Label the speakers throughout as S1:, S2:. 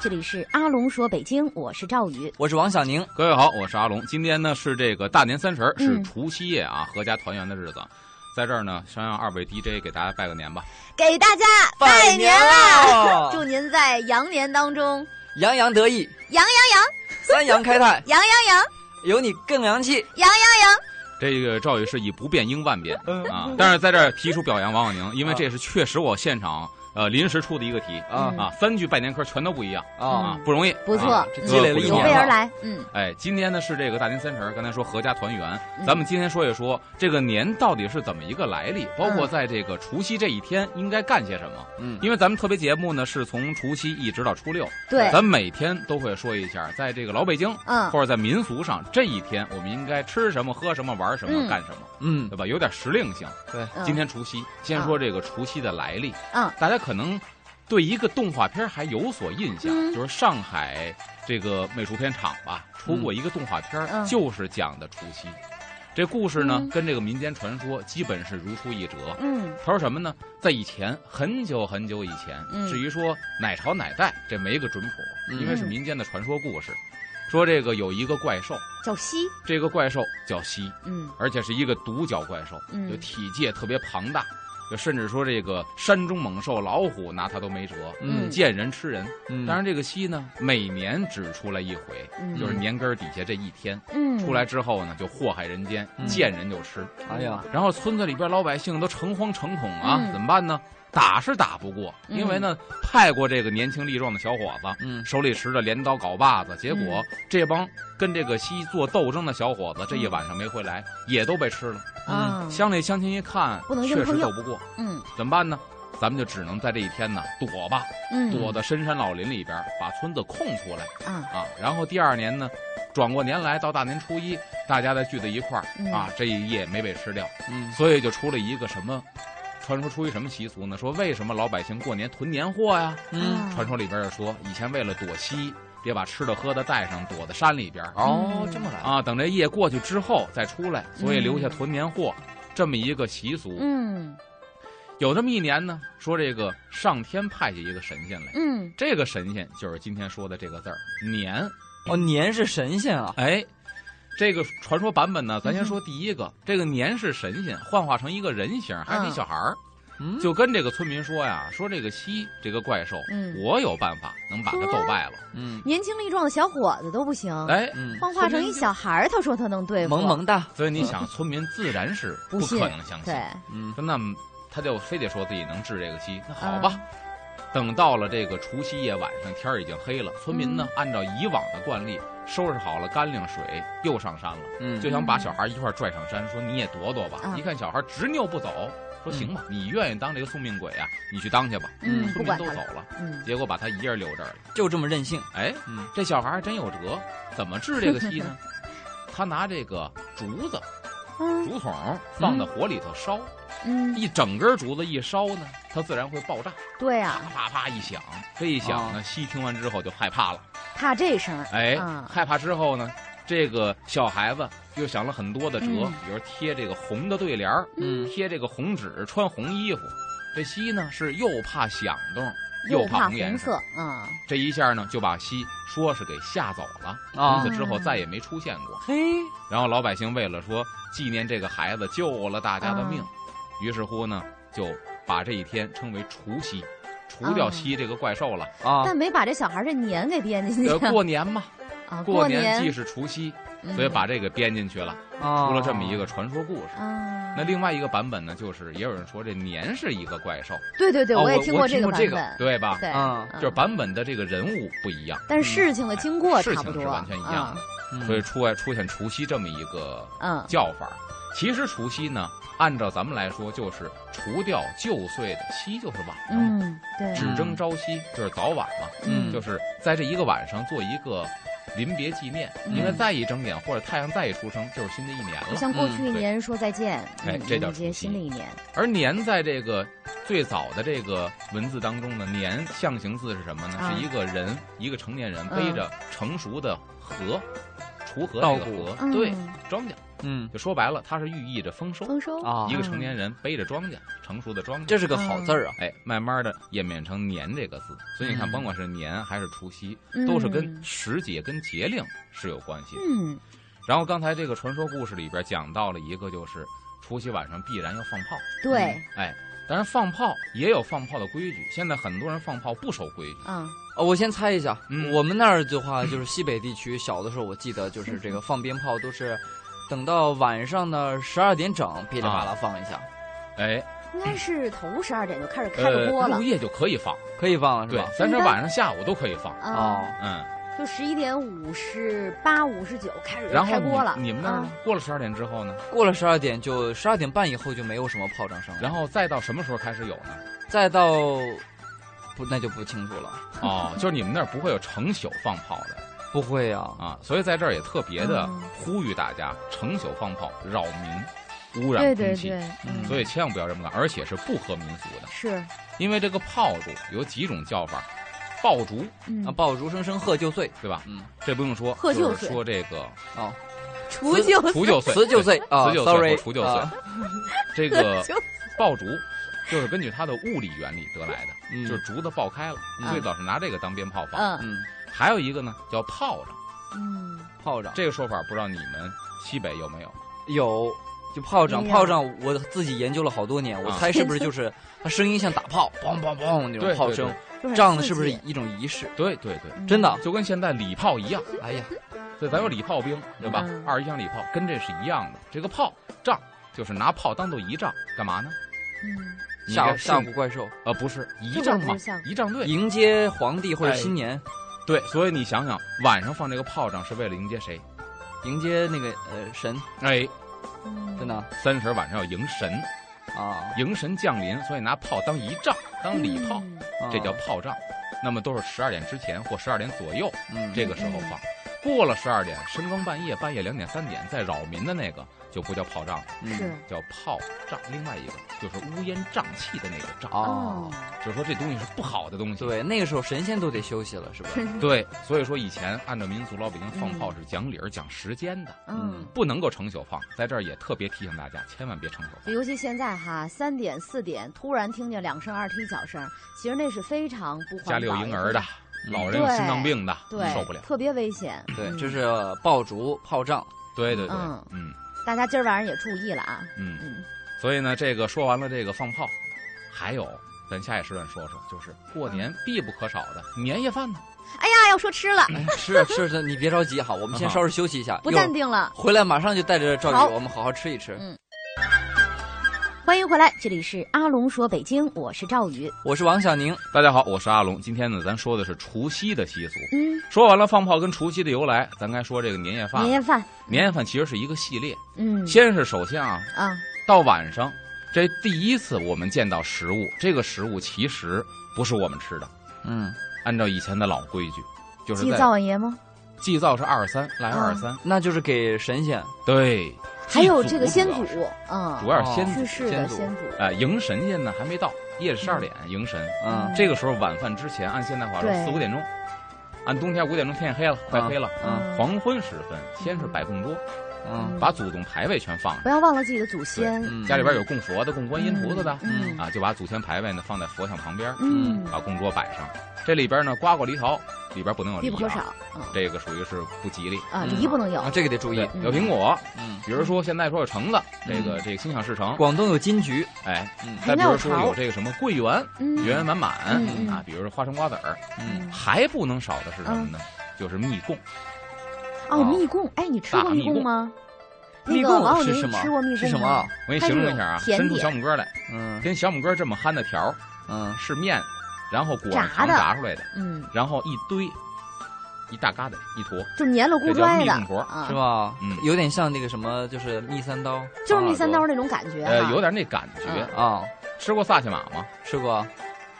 S1: 这里是阿龙说北京，我是赵宇。
S2: 我是王小宁。
S3: 各位好，我是阿龙。今天呢是这个大年三十儿，是
S1: 嗯
S3: 除夕夜啊，合家团圆的日子。在这儿呢，先让二位 DJ 给大家拜个年吧。
S1: 给大家
S3: 啊
S1: 拜年啦！祝您在羊年当中
S2: 洋洋得意，
S1: 羊
S2: 三阳开泰，
S1: 羊羊羊
S2: 有你更洋气。
S1: 羊羊羊。
S3: 这个赵宇是以不变应万变
S2: 嗯
S3: 啊，但是在这儿提出表扬王小宁，因为这是确实我现场呃临时出的一个题
S2: 啊
S3: 啊，三句拜年歌全都不一样
S1: 嗯
S2: 啊
S3: 啊，不容易，
S1: 不错
S3: 啊
S2: 这积累了一
S1: 有
S2: 年
S1: 备
S2: 了
S1: 而来，嗯，
S3: 哎，今天呢是这个大年三十儿，刚才说合家团圆，
S1: 嗯
S3: 咱们今天说一说这个年到底是怎么一个来
S1: 嗯
S3: 历，包括在这个除夕这一天应该干些什么。
S2: 嗯，
S3: 因为咱们特别节目呢是从除夕一直到初六，
S1: 对，
S3: 咱每天都会说一下，在这个老北京
S1: 嗯
S3: 或者在民俗上这一天我们应该吃什么、喝什么、玩什
S1: 嗯
S3: 么、干什么，
S2: 嗯
S3: 对，吧？有点时令性。
S1: 嗯
S3: 今天除夕，先说这个除夕的来历。
S1: 嗯，
S3: 大家可能对一个动画片还有所印象，
S1: 嗯
S3: 就是上海这个美术片厂吧出过一个动画片，
S1: 嗯
S3: 就是讲的除夕。这故事呢，
S1: 嗯
S3: 跟这个民间传说基本是如出一辙。
S1: 嗯
S3: 他说什么呢？在以前很久很久以前，
S1: 嗯
S3: 至于说哪朝哪代，这没个准谱，
S2: 嗯
S3: 因为是民间的传说故事。说这个有一个怪兽，
S1: 叫西，
S3: 这个怪兽叫西，
S1: 嗯
S3: 而且是一个独角怪兽，
S1: 嗯
S3: 就体积也特别庞大，就甚至说这个山中猛兽老虎拿它都没辙，
S1: 嗯
S3: 见人吃人。
S2: 嗯
S3: 当然，这个西呢，每年只出来一回，
S1: 嗯，
S3: 就是年根儿底下这一天，
S1: 嗯
S3: 出来之后呢，就祸害人间，
S2: 嗯
S3: 见人就吃。
S2: 哎呀，
S3: 然后村子里边老百姓都诚惶诚恐啊，
S1: 嗯
S3: 怎么办呢？打是打不过，
S1: 嗯
S3: 因为呢，派过这个年轻力壮的小伙子，
S2: 嗯
S3: 手里持着镰刀镐把子，结
S1: 嗯
S3: 果这帮跟这个西做斗争的小伙子，这一晚上没回来，也都被吃了。
S1: 啊，
S3: 乡里乡亲一看，
S1: 嗯不能硬
S3: 确实
S1: 碰硬
S3: 斗不过，
S1: 嗯
S3: 怎么办呢？咱们就只能在这一天呢躲吧，
S1: 嗯，
S3: 躲到深山老林里边，把村子空出来
S1: 啊，
S3: 啊。然后第二年呢，转过年来到大年初一，大家再聚在一块
S1: 嗯
S3: 儿啊，这一夜没被吃掉。
S2: 嗯
S3: 所以就出了一个什么，传说出于什么习俗呢？说为什么老百姓过年囤年货呀？
S2: 嗯，
S3: 传说里边就说，以前为了躲西，得把吃的喝的带上，躲在山里边
S2: 哦，这么来
S3: 啊，等这夜过去之后再出来，所以留下囤年货这么一个习俗。
S1: 嗯
S3: 有这么一年呢，说这个上天派下一个神仙来，
S1: 嗯
S3: 这个神仙就是今天说的这个字儿“年
S2: 哦，年是神仙啊”。。
S3: 哎，这个传说版本呢，咱先说第一个，这个年是神仙，幻化成一个人形，还是一
S1: 嗯
S3: 小孩儿。
S2: 嗯，
S3: 就跟这个村民说呀，说这个西这个怪兽，
S1: 嗯
S3: 我有办法能把它揍败了。
S2: 嗯
S1: 年轻力壮的小伙子都不行，
S3: 哎，
S2: 嗯，
S1: 幻化成一小孩儿，他说他能对付，
S2: 萌萌哒。
S3: 所以你想，村民自然是
S1: 不
S3: 不
S1: 信
S3: 可能相信
S1: 对。，
S2: 嗯
S3: 说那么他就非得说自己能治这个西，那好吧。等到了这个除夕夜晚上，天儿已经黑了，村民呢、按照以往的惯例收拾好了干粮水，又上山了，
S2: 嗯，
S3: 就想把小孩一块儿拽上山，说你也躲躲吧。
S1: 嗯
S3: 一看小孩执拗不走，说行吧，你愿意当这个送命鬼啊，你去当去吧。
S1: 嗯，不
S3: 村民
S1: 管
S3: 都
S1: 他
S3: 走
S1: 了，
S3: 了，
S1: 嗯
S3: 结果把他一人留这儿了。
S2: 就这么任性。
S3: 哎，
S2: 嗯
S3: 这小孩还真有辙，怎么治这个西 呢？他拿这个竹子、
S1: 嗯
S3: 竹筒放到火里头烧，
S1: 嗯，
S3: 一整根竹子一烧呢，它自然会爆炸，
S1: 对
S3: 啪
S1: 啊，哦
S3: 啪啪一响。这一响呢，西听完之后就害怕了，
S1: 怕这声儿，
S3: 哎，
S1: 嗯
S3: 害怕之后呢，这个小孩子又想了很多的辙，
S1: 嗯
S3: 比如贴这个红的对联儿，
S2: 嗯
S3: 贴这个红纸，穿红衣服。这西呢是又怕响动，
S1: 又
S3: 怕
S1: 怕
S3: 红颜
S1: 红
S3: 色，
S1: 色，啊，
S3: 这一下呢就把西说是给吓走了。
S1: 嗯
S2: 啊
S3: 从，此之后再也没出现过。
S2: 嘿，
S3: 然后老百姓为了说纪念这个孩子救了大家的命，
S1: 啊
S3: 于是乎呢，就把这一天称为除夕，除
S1: 啊
S3: 掉夕这个怪兽了。
S2: 啊，
S1: 但没把这小孩儿这年给编进去
S3: 呃，过年嘛，
S1: 啊，
S3: 过
S1: 年
S3: 既是除夕，
S1: 嗯哦
S3: 所以把这个编进去了，
S2: 出
S3: 出了这么一个传说故事。
S1: 啊，
S3: 那另外一个版本呢，就是也有人说这年是一个怪兽，
S1: 对对对，
S2: 哦
S1: 也
S2: 我
S1: 听
S2: 我
S1: 过
S2: 听
S1: 这个
S2: 过
S1: 版
S2: 这个
S1: 本，
S3: 对吧？
S1: 对，嗯
S2: 啊，
S3: 就是版本的这个人物不一样，
S1: 但是事情的经过
S3: 哎事
S1: 差不
S3: 情
S1: 多，啊
S3: 是完全一样的，
S2: 嗯
S3: 所以出来出现除夕这么一个
S1: 嗯
S3: 叫法儿。其实除夕呢，按照咱们来说，就是除掉旧岁的夕，就是晚上嘛，
S1: 嗯，对，
S3: 只争朝夕，就是早晚嘛，
S2: 嗯
S3: 就是在这一个晚上做一个临别纪念，
S1: 嗯
S3: 因为再一整点或者太阳再一出生，就是新的一年
S1: 就
S3: 了。
S1: 像过去一年说再见，
S3: 哎
S1: 嗯
S3: 这叫
S1: 迎接
S3: 除夕
S1: 新的一年，
S3: 而年在这个最早的这个文字当中呢，年象形字是什么呢？
S1: 啊
S3: 是一个人，一个成年人
S1: 嗯
S3: 背着成熟的禾，锄禾
S2: 稻
S3: 这个
S2: 谷
S3: 禾，
S1: 嗯
S3: 对，庄稼。
S2: 嗯
S3: 就说白了，它是寓意着丰收。
S1: 丰收
S2: 啊
S3: 一，个成年
S1: 嗯
S3: 人背着庄稼，成熟的庄稼，
S2: 这是个好字儿啊。
S3: 哎，慢慢的演变成“年”这个字。所以你
S2: 嗯
S3: 看，甭管是年还是除夕，都是跟时节、跟节令是有关系的。
S1: 嗯
S3: 然后刚才这个传说故事里边讲到了一个，就是除夕晚上必然要放炮。
S1: 对
S3: 哎，当然放炮也有放炮的规矩，现在很多人放炮不守规矩。
S1: 嗯
S2: 呃我先猜一下，
S3: 嗯
S2: 我们那儿的话就是西北地区，小的时候我记得就是这个放鞭炮都是等到晚上的十二点整，噼里啪
S3: 啊
S2: 啦放一下，
S3: 哎，
S1: 应该是头十二点就开始开着
S3: 呃，
S1: 播了
S3: 入，夜就可以放，
S2: 可以放了是
S3: 对
S2: 吧？，
S3: 咱这晚上下午都可以放。
S1: 啊，
S2: 哦，
S3: 嗯，
S1: 就十一点五十八、五十九开始
S3: 然后
S1: 开播了。
S3: 你你们那儿
S1: 啊
S3: 呢过了十二点之后呢？
S2: 过了十二点就十二点半以后就没有什么炮仗声了，
S3: 然后再到什么时候开始有呢？
S2: 再到不那就不清楚了，
S3: 哦，就是你们那儿不会有成宿放炮的
S2: 不会呀、啊，
S3: 啊，所以在这儿也特别的
S1: 嗯
S3: 呼吁大家，成宿放炮扰民，污染
S1: 对
S3: 空
S1: 对
S3: 气，
S1: 对，
S2: 嗯
S3: 所以千万不要这么干，而且是不合民俗的，
S1: 是
S3: 因为这个炮竹有几种叫法，爆竹
S1: 嗯
S2: 爆竹声声贺旧岁，
S3: 对吧？
S2: 嗯，
S3: 这不用说，
S1: 贺旧
S3: 就
S1: 岁
S3: 是说这个
S2: 哦，
S1: 除旧
S3: 除旧岁，
S2: 辞旧岁
S3: 对
S2: 啊
S3: 辞旧岁
S2: ，sorry，
S3: 或除旧岁
S2: 啊，
S3: 这
S1: 除
S3: 个
S1: 旧
S3: 爆竹就是根据它的物理原理得来的，
S2: 嗯
S3: 就是竹子爆开了，
S2: 嗯
S3: 最早是拿这个当鞭炮放，
S1: 嗯
S2: 嗯，
S3: 还有一个呢叫炮仗，
S1: 嗯
S2: 炮仗
S3: 这个说法不知道你们西北有没有？
S2: 有。就炮仗，
S1: 没有
S2: 炮仗，我自己研究了好多年，我
S3: 啊
S2: 猜是不是就是它声音像打炮，梆梆梆那种
S3: 对
S2: 炮
S3: 对
S2: 声，
S1: 就很
S2: 这样的是不
S1: 刺
S2: 是
S1: 激
S2: 一种仪式？
S3: 对对对，啊
S1: 嗯
S2: 真的
S3: 就跟现在礼炮一样，
S2: 哎呀，
S3: 对，咱有礼炮兵，对吧？
S1: 嗯
S3: 二十一响礼炮跟这是一样的，这个炮仗就是拿炮当做仪仗，干嘛呢？
S1: 嗯
S3: 你
S2: 吓
S3: 给
S2: 吓
S3: 上
S2: 唬怪兽，
S3: 呃不是仪仗
S1: 这我
S3: 嘛
S1: 不像，
S3: 仪仗队
S2: 迎接皇帝
S3: 哎
S2: 或者新年，
S3: 对，所以你想想，晚上放这个炮仗是为了迎接谁？
S2: 迎接那个呃神，
S3: 哎，
S1: 嗯，
S2: 真的
S3: 三十晚上要迎神，
S2: 啊，
S3: 迎神降临，所以拿炮当仪仗，当礼炮，
S1: 嗯
S3: 这叫
S2: 啊
S3: 炮仗。那么都是十二点之前或十二点左右，
S2: 嗯
S3: 这个时候放。过了十二点，深更半夜，半夜两点、三点再扰民的那个就不叫炮仗了，
S2: 嗯
S1: 是
S3: 叫炮仗。另外一个就是乌烟瘴气的那个瘴，
S2: 哦，
S3: 就是说这东西是不好的东西。
S2: 对，那个时候神仙都得休息了， 是不嗯是？
S3: 对，所以说以前按照民俗，老北京放炮是讲理儿、讲时间的，
S1: 嗯。
S3: 不能够成宿放。在这儿也特别提醒大家，千万别成宿放。
S1: 尤其现在哈，三点四点突然听见两声二踢脚声，其实那是非常不环保。
S3: 家里有婴儿的，
S2: 嗯
S3: 老人有心脏病的，嗯
S1: 对，
S3: 受不了。
S1: 特别危险。
S2: 对，
S1: 嗯
S2: 这是爆竹、炮仗，
S3: 对对对，
S1: 嗯
S3: 嗯
S1: 大家今儿晚上也注意了啊。
S3: 嗯
S1: 嗯
S3: 所以呢，这个说完了这个放炮，还有咱下一时段说说，就是过年必不可少的年夜饭呢。
S1: 哎呀，要说吃了，
S2: 是啊是是，你别着急哈，我们先
S3: 啊哈
S2: 稍事休息一下，
S1: 不
S2: 一会儿
S1: 淡定了。
S2: 回来马上就带着赵
S1: 好
S2: 宇，我们好好吃一吃
S1: 嗯。欢迎回来，这里是阿龙说北京，我是赵宇。
S2: 我是王小宁，
S3: 大家好，我是阿龙，今天呢，咱说的是除夕的习俗。
S1: 嗯，
S3: 说完了放炮跟除夕的由来，咱该说这个年夜饭了。
S1: 年夜饭，
S3: 年夜饭其实是一个系列，
S1: 嗯
S3: 先是首先啊，
S1: 啊，
S3: 到晚上，这第一次我们见到食物，这个食物其实不是我们吃的，
S2: 嗯，
S3: 按照以前的老规矩，就是
S1: 祭
S3: 在
S1: 灶王爷吗？
S3: 祭灶是二十三，来
S1: 啊
S3: 二十三，
S2: 那就是给神仙，
S3: 哦对，
S1: 还有
S3: 祭
S1: 这个
S3: 主
S1: 先
S3: 要
S1: 祖
S3: 是，主
S1: 嗯，
S3: 要是先祖
S1: 去世的
S2: 先祖
S1: 先祖。
S3: 呃，迎神仙呢还没到，夜里十二点迎神。
S2: 嗯
S3: 这个时候晚饭之前，按现代话说
S1: 对啊
S3: 四五点钟，按冬天五点钟天也黑了，快黑了。
S2: 嗯
S3: 黄昏时分，先是摆供桌，
S2: 嗯
S3: 把祖宗牌位全放
S1: 不
S3: 上。
S1: 要忘了自己的祖先。
S2: 嗯，
S3: 家里边有供佛的、供观音菩萨的，
S1: 嗯
S3: 啊，就啊把祖先牌位呢放在佛像旁边，
S1: 嗯，
S3: 把供桌摆上。这里边呢，瓜果梨桃里边不能有梨
S1: 必不可
S3: 啊，
S1: 少。嗯
S3: 这个属于是不吉利。
S1: 啊，
S2: 嗯
S1: 梨不能有
S2: 啊，。这个得注意
S3: 对，，
S1: 嗯
S3: 有苹果，
S2: 嗯，
S3: 比如说现在说有橙子，这个这个心想事成，
S2: 广东有金桔，
S3: 哎，
S2: 嗯
S3: 再比如说
S1: 还有
S3: 有这个什么桂圆，
S1: 嗯，
S3: 圆圆满满
S1: 嗯嗯
S3: 啊，比如说花生瓜子儿，
S2: 嗯，
S3: 还不能少的是什么呢？
S1: 嗯
S3: 就是蜜供，
S1: 哦，
S3: 啊
S1: 蜜供，哎，你吃过
S3: 大
S1: 蜜
S3: 蜜
S1: 供
S3: 供
S1: 吗？那
S2: 蜜
S1: 个王
S2: 供
S1: 小
S2: 是
S1: 宁
S2: 什么
S1: 吃过蜜？
S2: 是
S1: 供
S2: 什么
S1: 吗
S2: 啊？？
S3: 我给你形容一下啊，
S1: 它是有甜点
S3: 伸出小拇哥来，
S2: 嗯
S3: 跟小拇哥这么憨的条儿
S2: 嗯，
S1: 啊
S3: 是面，然后裹上
S1: 炸
S3: 糖
S1: 的
S3: 炸出来的，
S1: 嗯，
S3: 然后一堆，一大疙瘩，一坨，
S1: 就是粘了咕
S3: 这叫
S1: 拽
S3: 蜜
S1: 的
S3: 供坨儿
S1: 啊，
S2: 是？吧？
S3: 嗯
S2: 有点像那个什么，就是蜜三刀，
S1: 就是
S2: 王
S1: 蜜
S2: 二
S1: 三
S2: 哥
S1: 刀那种感觉哈，
S3: 呃，啊有点那感觉
S1: 嗯。
S2: 啊，
S3: 吃过萨其马吗？
S2: 吃过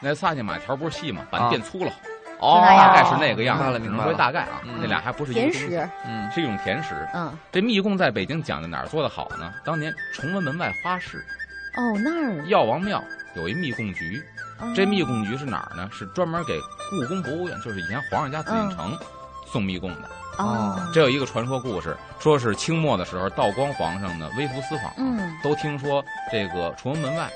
S3: 那萨其马条不是细吗？把它
S2: 啊
S3: 变粗了，
S1: 哦那样
S3: 大概是那个样
S2: 明白了
S3: 子，只
S2: 明
S3: 能
S2: 白
S3: 说
S2: 了，
S3: 大概啊
S2: 嗯，
S3: 那俩还不是一个
S1: 甜
S3: 东西，
S1: 食，
S2: 嗯
S3: 是一种甜食。
S1: 嗯，
S3: 这蜜供在北京讲的哪儿做的好呢？当年崇文门外花市
S1: 哦那儿
S3: 药王庙有一蜜供局，
S1: 哦嗯
S3: 这密供局是哪儿呢？是专门给故宫博物院，就是以前皇上家紫禁城、送密供的。
S1: 哦，
S3: 这有一个传说故事，说是清末的时候，道光皇上呢微服私访，
S1: 嗯
S3: 都听说这个崇文门外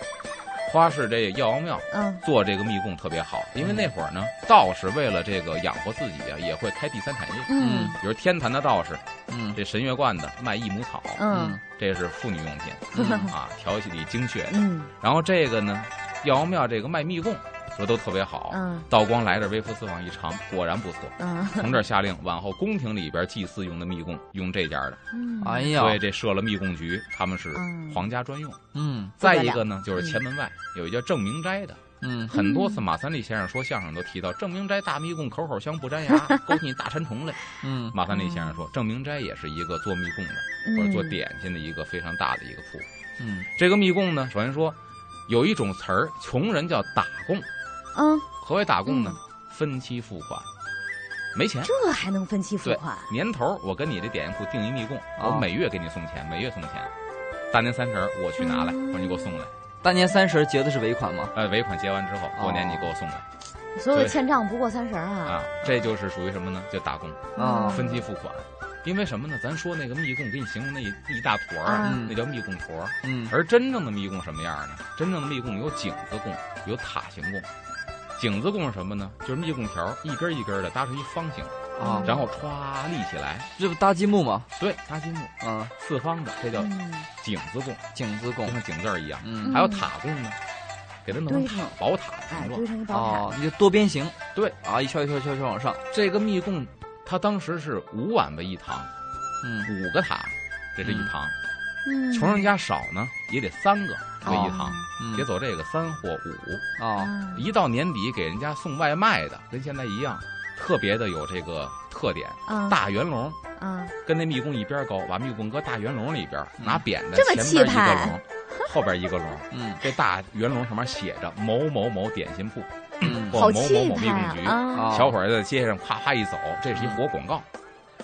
S3: 花市这药王庙
S1: 嗯
S3: 做这个密供特别好，因为那会儿呢，道士为了这个养活自己啊，也会开第三产业，
S1: 嗯
S3: 比如天坛的道士，
S2: 嗯
S3: 这神月观的卖益母草，
S1: 嗯
S3: 这是妇女用品
S2: 嗯
S3: 啊，调戏里精确。
S1: 嗯
S3: 然后这个呢，药王庙这个卖密供说都特别好。
S1: 嗯
S3: 道光来这微服私访一尝，果然不 错，
S1: 嗯
S3: 从这儿下令，往后宫廷里边祭祀用的密供用这家的，
S1: 嗯，
S2: 哎呀，
S3: 所以这设了密供局，他们是
S1: 嗯
S3: 皇家专用。
S2: 嗯
S3: 再一个呢，就是前门外有一叫正明斋的，
S2: 嗯
S3: 很多次马三立先生说相声都提到正明斋大密供，口口香不粘 牙，勾起你大馋虫来。
S2: 嗯
S3: 马三立先生说，正明斋也是一个做密供的或者
S1: 嗯
S3: 做点心的一个非常大的一个铺。
S2: 嗯
S3: 这个密供呢，首先说有一种词儿，穷人叫打供，
S1: 嗯，
S3: 何为打供
S2: 嗯
S3: 呢？分期付款，没钱。
S1: 这还能分期付款？
S3: 年头儿我跟你这点心铺订一密供，
S2: 哦
S3: 我每月给你送钱，每月送钱。大年三十儿我去拿来，
S1: 嗯
S3: 或者你给我送来。
S2: 大年三十结的是尾款吗？
S3: 呃，尾款结完之后，
S2: 哦
S3: 过年你给我送来、
S1: 所有的欠账不过三十儿啊，
S2: 嗯
S3: 啊。这就是属于什么呢？就打工
S2: 啊
S3: 分期付款。因为什么呢？咱说那个密供，给你形容那一一大坨儿啊，
S2: 嗯
S3: 那叫密供坨儿。
S2: 嗯
S3: 而真正的密供什么样呢？真正的密供有井字供，有塔形供。井字供是什么呢？就是密供条儿一根儿一根儿的搭成一方形，
S2: 啊，
S3: 然后歘立起来，
S2: 这不搭积木吗？
S3: 对，搭积木，
S2: 啊，
S3: 四方的，这叫
S1: 嗯，
S3: 井字供，
S2: 井字
S3: 就
S2: 拱。
S3: 像井字儿一样。
S2: 嗯
S3: 还有塔供呢，给它弄成
S1: 堆
S3: 塔
S1: 成
S3: 宝塔
S1: 哎
S3: 形，状
S1: 堆。成一
S3: 啊
S1: 宝
S2: 哦，那就多边形。
S3: 对
S2: 啊，一圈一圈一圈一圈往上。
S3: 这个密供，它当时是五碗为一堂，
S2: 嗯
S3: 五个塔，这是一堂。
S1: 塔，嗯，哦
S3: 穷人家少呢，也得三个为一堂，
S2: 嗯，
S3: 别走这个三或五。
S2: 啊，
S1: 啊，
S3: 一到年底给人家送外卖的，跟现在一样，特别的有这个特点。
S1: 啊
S3: 大圆笼
S1: 啊，
S3: 跟那密供一边高，把密供搁大圆笼里边，拿扁
S1: 嗯
S3: 的
S1: 这么
S3: 前面
S1: 气
S3: 一个
S1: 派
S3: 笼，后边一个笼。
S2: 嗯
S3: 这大圆笼上面写着某某某点心铺
S2: 嗯
S3: 或
S1: 好
S3: 某某
S1: 气
S3: 某密
S1: 派
S3: 供局。
S1: 啊
S2: 哦
S3: 小伙儿在街上啪啪一走，这
S1: 嗯
S3: 是一活广告。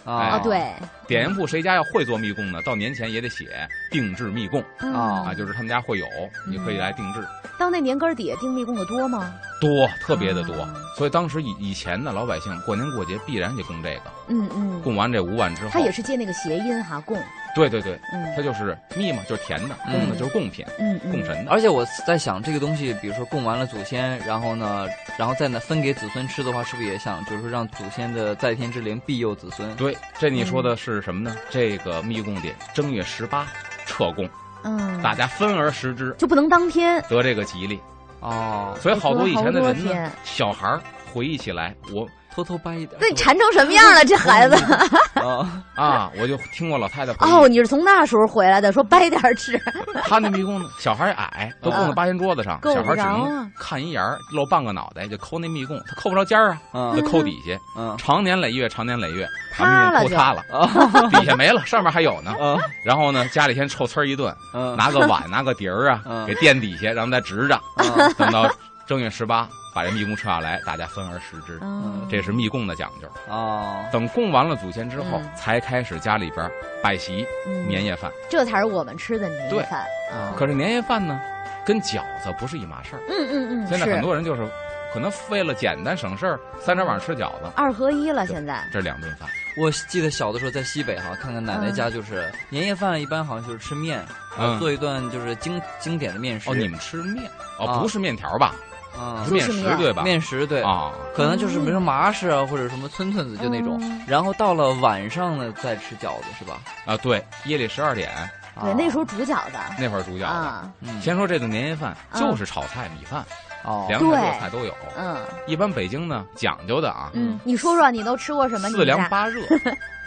S1: 啊
S3: 哎
S2: 啊，
S1: 啊，对，
S3: 点心铺谁家要会做密供呢？到年前也得写定制密供
S1: 嗯
S3: 啊，就是他们家会有，你可以来定制，
S1: 当那年根儿底下订密供的多吗？
S3: 多特别的多
S1: 啊。
S3: 所以当时以以前的老百姓过年过节必然得供这个，
S1: 嗯嗯，
S3: 供完这五碗之
S1: 他
S3: 后
S1: 也，是借那个谐音哈，供，
S3: 对对对，
S1: 嗯
S3: 它就是密嘛，就是甜的，
S2: 嗯
S3: 供的就是贡品，
S1: 嗯嗯，
S3: 供神的。
S2: 而且我在想，这个东西，比如说供完了祖先，然后呢，然后再呢分给子孙吃的话，是不是也想就是说让祖先的在天之灵庇佑子孙？
S3: 对，这你
S1: 嗯
S3: 说的是什么呢？这个密供得正月十八撤供，
S1: 嗯，
S3: 大家分而食之，
S1: 就不能当天，
S3: 得这个吉利。
S2: 哦，
S3: 所以好多以前的
S1: 好多
S3: 人呢
S1: 天，
S3: 小孩儿回忆起来，我
S2: 偷偷掰一点。
S1: 那你馋成什么样了？这孩 子，
S2: 啊，
S3: 啊，我就听过老太太回忆
S1: 哦，，你是从那时候回来的，说掰点儿吃，
S3: 她那迷宫呢，小孩儿矮，都供到八仙桌子上，
S1: 嗯够
S3: 小孩
S1: 不
S3: 儿只
S1: 着
S3: 能
S1: 啊，
S3: 看一眼儿，露半个脑袋就抠那密供，他抠不着尖儿啊，就
S2: 嗯
S3: 抠底下，
S2: 嗯
S3: 长年累月，长年累月，把
S1: 塌
S3: 密
S1: 了
S3: 供抠
S1: 就哦
S3: 塌了，
S2: 啊
S3: 底下没了，上面还有呢。
S2: 啊
S3: 然后呢，家里先臭呲儿一顿，
S2: 嗯，
S3: 拿个 碗，拿个碟儿啊
S2: 嗯，
S3: 给垫底下，然后再直着，
S2: 嗯
S3: 等到正月十八把这密供撤下来，大家分而食之，
S1: 嗯，
S3: 这是密供的讲究。
S2: 哦，
S3: 等供完了祖先之后
S1: 嗯，
S3: 才开始家里边儿摆席
S1: 嗯
S3: 年夜饭。
S1: 这才是我们吃的年夜
S3: 对
S1: 饭，
S2: 哦
S1: 啊
S3: 可是年夜饭呢，跟饺子不是一码事儿。
S1: 嗯嗯嗯，
S3: 现在
S1: 是
S3: 很多人就是可能为了简单省事儿，三天晚上吃饺子，
S1: 二合一了，现在，
S3: 这是两顿饭。
S2: 我记得小的时候在西北哈，看看奶奶
S1: 嗯
S2: 家就是年夜饭一般好像就是吃面，
S3: 嗯
S2: 做一顿就是经经典的面食。
S3: 哦，你们吃面
S2: 啊
S3: 哦，不是面条吧？
S2: 啊
S3: 是面
S1: 就是
S3: 食
S1: 面
S3: 对吧？
S2: 面食对，
S3: 啊，
S2: 可能就是比如说麻食啊，或者什么村村子就那种。
S1: 嗯
S2: 然后到了晚上呢，再吃饺子是吧？
S3: 啊，对，夜里十二点
S1: 对，
S2: 啊
S1: 那时候煮饺子
S3: 那会儿煮饺子。
S1: 啊，
S2: 嗯
S3: 先说这顿年夜饭，
S1: 嗯
S3: 就是炒菜、米饭，
S2: 哦，
S3: 凉菜、
S1: 对
S3: 热菜都有。
S1: 嗯
S3: 一般北京呢讲究的啊，
S1: 嗯，你说说你都吃过什么？你
S3: 四凉
S1: 家
S3: 八 热。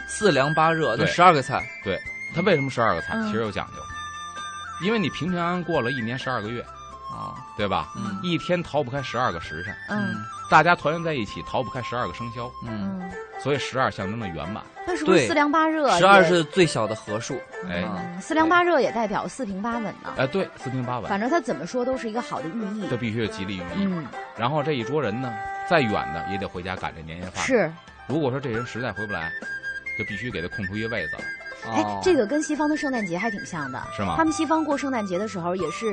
S2: 四凉八热，那
S3: 对
S2: 十二个菜，
S3: 它为什么十二个菜？
S1: 嗯
S3: 其实有讲究，因为你平平安安过了一年十二个月，
S2: 哦，
S3: 对吧？
S2: 嗯
S3: 一天逃不开十二个时辰，
S1: 嗯
S3: 大家团圆在一起逃不开十二个生肖，
S2: 嗯，
S1: 嗯，
S3: 所以十二象征着圆满。
S1: 那是不是
S2: 对
S1: 四凉八嗯热也？
S2: 十二是最小的合数，
S3: 哎
S1: 嗯四凉八热也代表四平八稳呢。
S3: 哎，对，四平八稳，
S1: 反正它怎么说都是一个好的寓意
S3: 这。必须有吉利寓意。
S1: 嗯，
S3: 然后这一桌人呢，再远的也得回家赶这年夜饭。，
S1: 是。
S3: 如果说这人实在回不来，就必须给他空出一位子了，
S1: 哎
S2: 哦，，
S1: 这个跟西方的圣诞节还挺像的。
S3: 是吗
S1: 他？们西方过圣诞节的时候，也是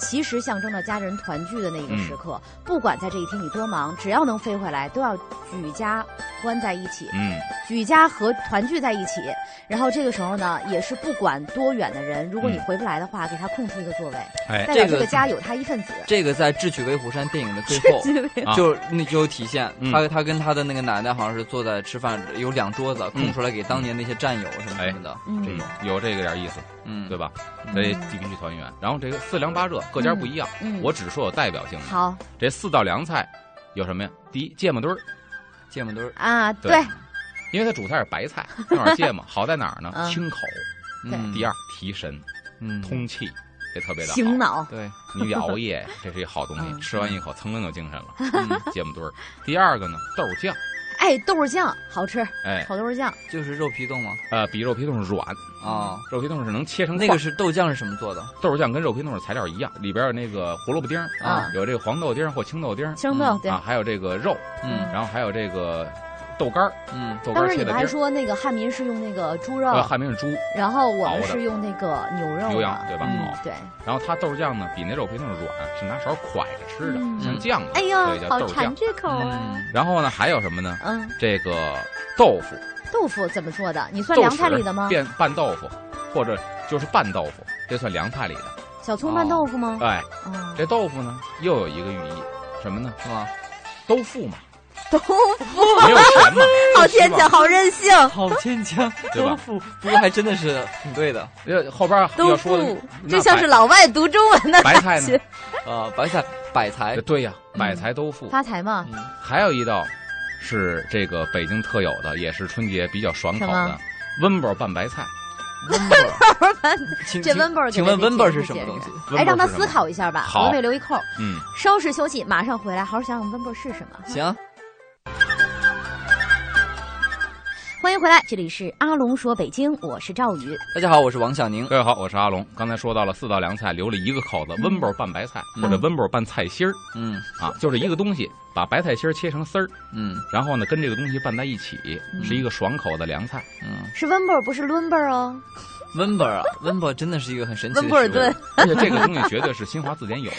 S1: 其实象征着家人团聚的那个时刻。不管在这一天你多忙，只要能飞回来，都要举家关在一起，
S3: 嗯，
S1: 举家和团聚在一起。然后这个时候呢，也是不管多远的人，如果你
S3: 嗯
S1: 回不来的话，给他空出一个座位，
S3: 哎
S1: 代表
S2: 这
S1: 这
S2: 个
S1: 个家有他一 份子。嗯
S2: 这个在《智取威虎山》电影的最后，
S3: 啊
S2: 就那就有体现
S3: 嗯。
S2: 他他跟他的那个奶奶好像是坐在吃饭，有两桌子
S3: 嗯
S2: 空出来给当年那些战友什么什么的。
S1: 嗯
S3: 嗯，有这个点意思，
S2: 嗯，
S3: 对吧？
S2: 嗯
S3: 所以地区团圆。然后这个四凉八热各家不一样，
S1: 嗯，
S3: 我只说有代表性的。
S1: 好
S3: 这四道凉菜有什么呀？第一，芥末墩儿，
S2: 芥末墩儿，
S1: 啊，
S3: 对
S1: 对，
S3: 因为它主菜是白菜，那碗芥末好在哪儿呢
S1: 嗯？
S3: 清口。
S1: 对
S2: 嗯
S3: 第二，提神
S2: 嗯，
S3: 通气，这特别的
S1: 醒
S3: 好。
S1: 脑，
S2: 对，
S3: 你得熬夜，这是一好东
S1: 嗯
S3: 西，吃完一口噌楞就精神了。
S2: 嗯
S3: 芥末墩儿。第二个呢，豆儿酱，
S1: 哎，豆儿酱好吃，
S3: 哎，
S1: 炒豆儿酱
S2: 就是肉皮冻吗？
S3: 呃，比肉皮冻软，
S2: 啊，
S3: 肉皮冻是能切成
S2: 那个
S3: 块儿。
S2: 是豆酱是什么做的？
S3: 豆儿酱跟肉皮冻的材料一样，里边有那个胡萝卜丁儿
S1: 啊
S3: 有这个黄豆丁儿或青豆丁儿
S1: 青豆
S2: 嗯
S1: 对
S3: 啊，。还有这个肉，
S2: 嗯
S3: 然后还有这个豆干儿，
S2: 嗯，
S3: 豆干
S1: 当
S3: 儿
S1: 时
S3: 切
S1: 你们
S3: 的丁
S1: 还
S3: 儿。
S1: 说那个汉民是用那个猪肉，
S3: 呃，汉民是猪
S1: 然后我
S3: 熬
S1: 们
S3: 的
S1: 是用那个牛肉
S3: 牛羊
S1: 的
S3: 对吧？
S2: 嗯
S3: 哦，
S1: 对，
S3: 然后它豆儿酱呢比那肉皮冻软，是拿勺蒯着吃的，
S1: 嗯
S3: 像酱的，
S1: 哎
S3: 所以
S1: 呀，
S3: 叫
S1: 好
S3: 豆儿
S1: 馋
S3: 酱。
S1: 这口啊！
S2: 嗯，
S3: 然后呢，还有什么呢？
S1: 嗯，
S3: 这个豆腐，
S1: 豆腐怎么做的？你算
S3: 豆
S1: 凉
S3: 豉
S1: 菜里的吗？
S3: 变拌豆腐，或者就是拌豆腐，这算凉菜里的。
S1: 小葱拌
S2: 哦
S1: 豆腐吗？
S3: 哎，
S1: 哦，
S3: 这豆腐呢又有一个寓意，什么呢？
S2: 是吗？
S3: 都富 嘛，
S1: 豆腐，
S3: 没有钱嘛
S1: 好坚强，好任性，
S2: 好坚强，
S3: 对吧
S2: 豆腐 不过还真的是挺对 的。
S3: 呃，后边
S1: 豆
S3: 要说的
S1: 腐，这像是老外读中文的
S3: 白菜
S1: 感
S3: 呢
S1: 觉。
S2: 啊，白菜，百财
S3: 那，对呀，
S1: 嗯
S3: 买财都富。
S1: 发财嘛，
S2: 嗯，
S3: 还有一道是这个北京特有的，也是春节比较爽口
S1: 什
S3: 的
S1: 么
S3: 温饱拌白菜。
S2: 温本儿，请
S1: 这
S2: 请
S1: 温本儿给
S2: 请问
S1: 大家
S2: 温本儿
S1: 解
S2: 是
S1: 释
S2: 什么
S1: 解
S2: 东
S1: 释
S2: 西？
S3: 温
S1: 哎，让
S3: 饱
S1: 他
S3: 是
S1: 思
S3: 什么，
S1: 考一下吧。
S3: 好
S1: 我们得留一扣，
S3: 嗯，
S1: 稍事休息，马上回来，好好想想温布是什么。
S2: 行，
S1: 欢迎回来，这里是阿龙说北京，我是赵宇。
S2: 大家好，我是王小宁。
S3: 各位好，我是阿龙。刚才说到了四道凉菜，留了一个口子，温饱拌白菜或者
S1: 嗯
S3: 温饱拌菜心儿
S2: 嗯
S3: 啊，就是一个东西，把白菜心儿切成丝儿，
S2: 嗯
S3: 然后呢跟这个东西拌在一起，
S1: 嗯
S3: 是一个爽口 的凉菜。
S2: 嗯，
S1: 是温布尔，不是伦布尔哦。
S2: 温本儿啊，温本儿真的是一个很神奇的
S1: 温布尔
S2: 食物
S1: 顿，
S3: 而且这个东西绝对是新华字典有，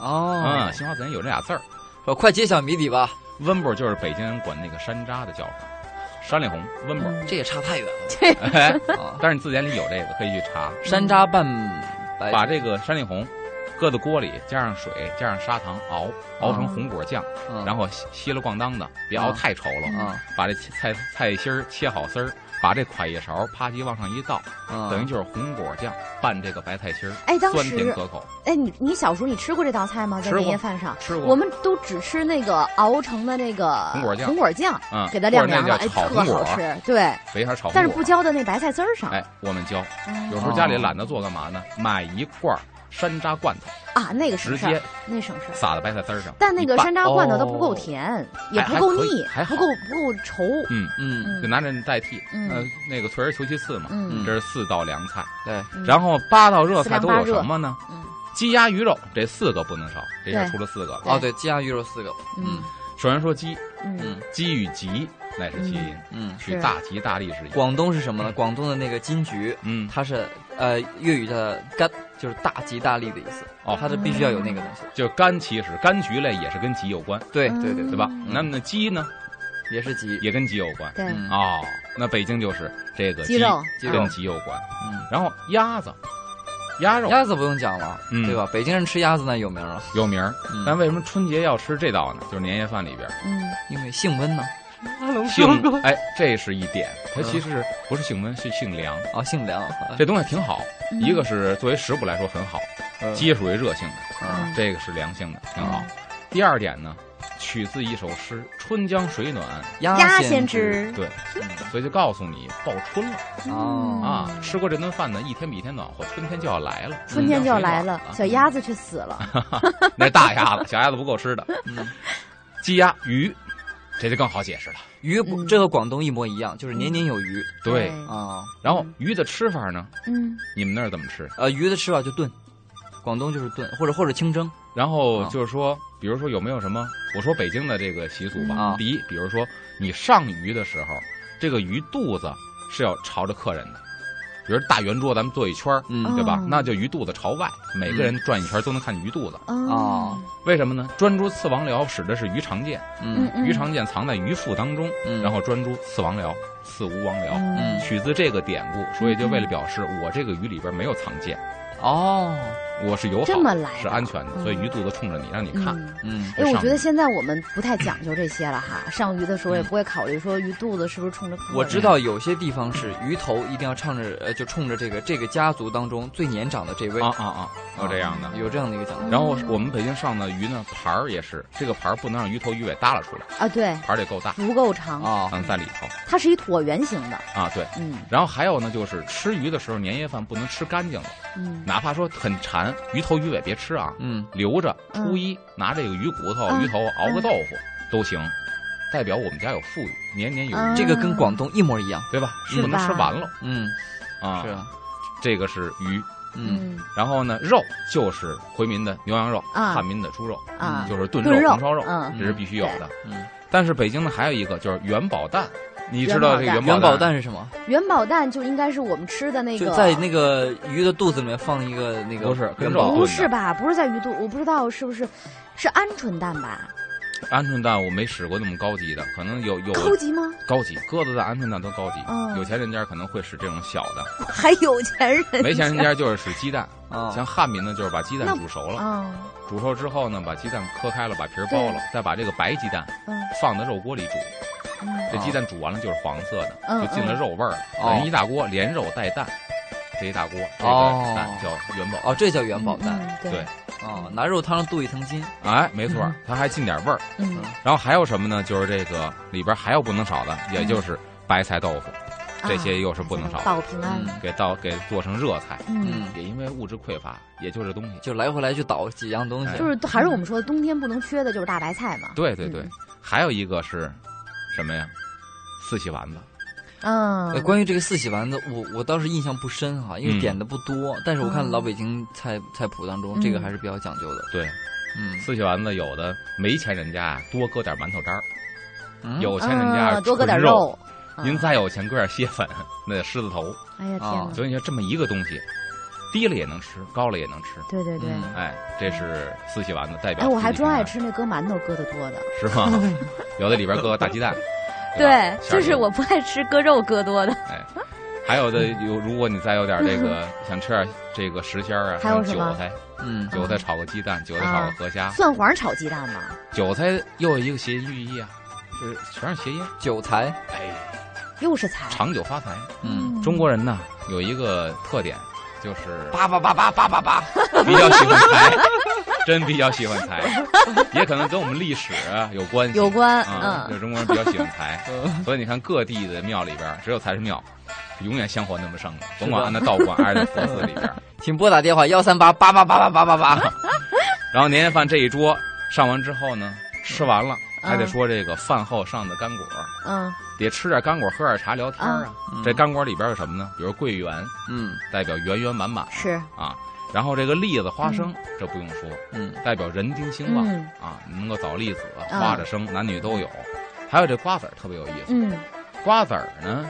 S2: 哦
S3: 嗯，。新华字典有这俩字儿。
S2: 我快揭晓谜底吧，
S3: 温饱就是北京人管那个山楂的叫法，山里红温饱。
S2: 这也差太远 了
S3: 哎，
S2: 啊！
S3: 但是字典里有这个，可以去查。
S2: 山楂拌白
S3: 把
S2: 菜，
S3: 这个山里红搁到锅里，加上水，加上砂糖熬，熬
S1: 啊
S3: 成红果酱，
S2: 嗯
S3: 然后稀稀了咣当的，别熬
S2: 嗯
S3: 太稠了。
S2: 啊
S3: 把这菜菜心儿切好丝儿，把这蒯一勺，啪叽往上一倒，
S2: 啊，
S3: 等于就是红果酱拌这个白菜心儿，
S1: 哎，当
S3: 酸甜
S1: 时，
S3: 可口。
S1: 哎，你你小时候你吃过这道菜吗？在
S3: 吃过
S1: 年夜饭上，
S3: 吃过，
S1: 我们都只吃那个熬成的那个
S3: 红果酱
S1: 红果酱
S3: 嗯，
S1: 给它晾
S3: 或者
S1: 凉
S3: 那
S1: 了，
S3: 叫
S1: 哎，
S3: 炒
S1: 特好
S3: 红果，
S1: 吃。对，
S3: 北海炒红
S1: 但是
S3: 果
S1: 不。浇在那白菜汁儿上。
S3: 哎，我们教，
S1: 嗯
S3: 有时候家里懒得做，干嘛呢？买一罐儿山楂罐头，
S1: 啊，那个省
S3: 直
S1: 事儿
S3: 接，
S1: 那省事儿。
S3: 撒在白菜丝儿上。
S1: 但那
S3: 一
S1: 个
S3: 拌哦
S1: 山楂罐头它不够甜，也不够腻，
S3: 还还可以还好
S1: 不够不够稠。
S3: 嗯，
S2: 嗯
S1: 嗯
S3: 就拿这代替，
S1: 嗯
S3: 呃，那个退而求其次嘛。
S1: 嗯
S3: 这是四道凉菜，
S2: 对，
S1: 嗯
S3: 然后八道热
S1: 四
S3: 菜
S1: 凉
S3: 都
S1: 八
S3: 有
S1: 热
S3: 什么呢？
S1: 嗯
S3: 鸡鸭鱼肉这四个不能少，这下
S1: 对
S3: 出了四个了。
S2: 哦对，鸡鸭鱼肉四个，嗯
S3: 首先说鸡，
S1: 嗯
S2: 嗯
S3: 鸡与吉乃是其音，
S2: 嗯。
S3: 取
S1: 是
S3: 大吉大利之意。
S2: 广东是什么呢？广东的那个金桔，
S3: 嗯，
S2: 它是呃粤语叫干，就是大吉大利的意思。
S3: 哦嗯
S2: 它是必须要有那个东西。
S3: 就柑其实柑橘类也是跟吉有关，
S2: 对
S1: 嗯
S2: 对对
S3: 对
S2: 对，
S3: 吧？
S1: 嗯
S3: 那么呢鸡呢
S2: 也是吉。
S3: 也跟吉有关。
S1: 对，
S2: 嗯
S3: 哦，那北京就是这个
S1: 鸡肉啊
S2: 鸡肉
S3: 跟鸡有关。
S2: 嗯，
S3: 然后鸭子，鸭肉
S2: 鸭子不用讲了，
S3: 嗯
S2: 对吧？北京人吃鸭子那有名了，
S3: 有名儿，
S2: 嗯
S3: 但为什么春节要吃这道呢？就是年夜饭里边儿
S1: 嗯
S2: 因为性温呢。
S3: 性，哎，这是一点，它
S1: 嗯
S3: 其实是不是性温，是性凉。
S2: 啊，性凉。
S3: 这东西挺好，
S1: 嗯
S3: 一个是作为食补来说很好，
S2: 嗯
S3: 鸡属于热性的，
S2: 嗯
S3: 这个是凉性的，挺
S1: 嗯
S3: 好。第二点呢，取自一首诗《春江水暖
S1: 鸭
S2: 鸭
S1: 先知，
S2: 知。
S3: 对
S2: 嗯》，
S3: 所以就告诉你报春了
S1: 嗯
S3: 啊！吃过这顿饭呢，一天比一天暖和，春天就要来了，
S1: 春天就要来了
S3: 春，江
S1: 小
S3: 水
S1: 鸭子却死了。
S3: 暖了，那是大鸭子，小鸭子不够 吃的。
S2: 嗯
S3: 鸡鸭鱼，这就更好解释了。
S2: 鱼不
S1: 嗯
S2: 这和广东一模一样，就是年年有余
S3: 对，
S2: 啊。
S3: 然后鱼的吃法呢，
S1: 哎嗯，
S3: 你们那儿怎么吃？
S2: 呃，鱼的吃法就炖，广东就是炖，或者或者清蒸。
S3: 然后
S2: 啊
S3: 就是说，比如说有没有什么？我说北京的这个习俗吧。
S2: 啊
S3: 第一，比如说你上鱼的时候，这个鱼肚子是要朝着客人的，比如大圆桌，咱们坐一圈儿，
S2: 嗯
S3: 对吧
S1: 哦？
S3: 那就鱼肚子朝外，每个人转一圈儿都能看见鱼肚子。
S1: 哦
S2: 哦，
S3: 为什么呢？专诸刺王髎使的是鱼肠剑，
S1: 嗯
S2: 嗯
S1: 嗯，
S3: 鱼肠剑藏在鱼腹当中，
S2: 嗯，
S3: 然后专诸刺王髎，刺吴王髎，
S1: 嗯
S2: 嗯
S3: 取自这个典故，所以就为了表示我这个鱼里边没有藏剑，
S2: 哦，
S3: 我是友
S1: 这
S3: 好
S1: 么
S3: 的，
S1: 来的
S3: 是安全的，所以鱼肚子冲着你，让你看。
S1: 嗯
S2: 嗯
S1: 哎，我
S3: 上
S1: 觉得现在我们不太讲究这些了哈。上鱼的时候也不会考虑说鱼肚子是不是冲着客人
S2: 我知道有些地方是鱼头一定要唱着，呃，就冲着这个这个家族当中最年长的这位
S3: 啊啊啊，有这样的。
S2: 有这样的一个讲究。
S3: 然后我们北京上的鱼呢，盘儿也是，这个盘儿不能让鱼头鱼尾耷拉出来，
S1: 啊，对，
S3: 盘儿得够大，
S1: 足够长，
S2: 啊，
S3: 嗯，在里头
S1: 它是一椭圆形的。
S3: 啊，对。
S1: 嗯
S3: 然后还有呢，就是吃鱼的时候，年夜饭不能吃干净了，
S1: 嗯
S3: 哪怕说很馋，鱼头鱼尾别吃啊，
S2: 嗯
S3: 留着
S1: 嗯
S3: 初一拿这个鱼骨头、
S1: 嗯
S3: 鱼头熬个豆腐都行，代表我们家有富裕，年年有余，
S1: 嗯
S2: 这个跟广东一模一样。
S3: 对吧？
S1: 是
S3: 你不能
S1: 吧
S3: 吃完了
S2: 嗯，
S3: 啊。
S2: 是啊，
S3: 这个是鱼，
S2: 嗯
S3: 然后呢，肉就是回民的牛羊肉，
S1: 啊
S3: 汉民的猪肉，
S1: 啊，
S3: 就是炖
S1: 炖肉
S3: 红烧肉，
S1: 嗯
S3: 这是必须有的。
S2: 嗯，
S3: 但是北京呢，还有一个就是元宝蛋，你知道这个
S2: 元
S3: 宝
S2: 宝蛋是什么？
S3: 嗯
S1: 元宝蛋就应该是我们吃的那
S2: 就
S1: 个，
S2: 在那个鱼的肚子里面放一个那个
S3: 不是
S2: 元
S3: 跟
S2: 宝
S3: 肉
S1: 不是吧？不是在鱼肚，我不知道是不是是鹌鹑蛋吧？
S3: 鹌鹑蛋我没使过那么高级的，可能有有
S1: 高级吗？
S3: 高级鸽子蛋、鹌鹑蛋都高级
S1: 嗯。
S3: 有钱人家可能会使这种小 的，
S1: 还有钱人
S3: 没钱人家就是使 鸡蛋。
S2: 啊，
S3: 像汉民呢，就是把鸡蛋
S1: 哦那
S3: 煮熟了，
S1: 啊，
S3: 煮熟之后呢，把鸡蛋磕开了，把皮儿剥了，再把这个白鸡蛋
S1: 嗯
S3: 放到肉锅里煮。
S1: 嗯
S3: 这鸡蛋煮完了就是黄色的，
S1: 嗯哦
S3: 就进了肉味儿了。
S2: 嗯
S3: 等于一大锅连肉带蛋，这一大锅这
S2: 哦
S3: 个蛋叫元宝。
S2: 哦，这叫元宝蛋
S1: 嗯，嗯对
S3: 对，
S2: 啊，拿肉汤镀一层金。
S3: 哎，没错
S1: 嗯，
S3: 它还进点味儿。
S1: 嗯
S3: 然后还有什么呢？就是这个里边还有不能少的，也
S1: 嗯
S3: 就是白菜豆腐，
S1: 啊
S3: 这些又是不能少的，
S1: 保平安，
S2: 嗯
S3: 给倒给做成热菜。
S1: 嗯。
S2: 嗯，
S3: 也因为物质匮乏，也就这东西。
S2: 就来回来去倒几样东
S3: 哎
S2: 西。
S1: 就是还是我们说的冬天不能缺的就是大白菜嘛。
S3: 嗯对对对
S1: 嗯，
S3: 还有一个是什么呀？四喜丸子。
S1: 嗯
S2: 呃，，关于这个四喜丸子，我我倒是印象不深哈，因为
S3: 嗯
S2: 点的不多。但是我看
S1: 嗯
S2: 老北京菜菜谱当中，这个
S1: 嗯
S2: 还是比较讲究的。
S3: 对，
S2: 嗯
S3: 四喜丸子有的没钱人家啊，多搁点馒头渣儿；
S2: 嗯，
S3: 有钱人家
S1: 嗯，多搁点
S3: 纯肉，
S1: 肉。
S3: 您
S1: 嗯
S3: 再有钱搁点蟹粉， 那狮子头。
S1: 哎呀天
S2: 啊
S1: 哪！
S3: 所以你说这么一个东西，低了也能吃，高了也能吃。
S1: 对对对。
S2: 嗯
S3: 哎，这是四喜丸子代表。
S1: 哎，我还专爱，吃
S3: 啊
S1: 那搁馒头搁的多的，
S3: 是 吗？有的里边搁个大鸡蛋。吧啊馅儿
S1: 就
S3: 也
S1: 是
S3: 有
S1: 我不爱吃搁肉搁多的。
S3: 还有的有，如果你再有点这 个，想吃点这个石鲜儿啊，
S1: 还有什
S3: 韭
S1: 么啊
S3: 菜，
S2: 嗯
S3: 韭菜炒个鸡蛋，韭菜炒个河虾，
S1: 蒜黄炒鸡蛋嘛，
S3: 韭菜又有一个谐音寓意啊，就是全是谐音。
S2: 韭菜，
S3: 哎，
S1: 又是菜。
S3: 长久发财。
S2: 嗯，
S3: 中国人呢有一个特点，就是
S2: 叭叭叭叭叭叭叭，
S3: 比较喜欢财，真比较喜欢 财，也可能跟我们历史啊有关系。
S1: 有关，
S3: 啊，就
S1: 嗯，
S3: 中国人比较喜欢财， 所以你看各地的庙里边儿，只有财神庙，永远香火那么盛，甭管安在道观还是在佛寺里边儿。
S2: 请拨打电话幺三八八八八八八八八。
S3: 然后年夜饭这一桌上完之后呢，吃完了还得说这个饭后上的干果，
S1: 嗯，
S3: 嗯得吃点干果，喝点茶，聊天儿啊。这干果里边有什么呢？比如桂圆，
S2: 嗯
S3: 代表圆圆满满
S1: 嗯是，
S3: 啊。然后这个栗子、花生，这不用说，
S2: 嗯
S3: 代表人丁兴旺
S1: 嗯
S3: 啊，能够早立子，
S1: 嗯
S3: 花着生，男女都有。还有这瓜子儿特别有意思，
S1: 嗯，
S3: 瓜子儿呢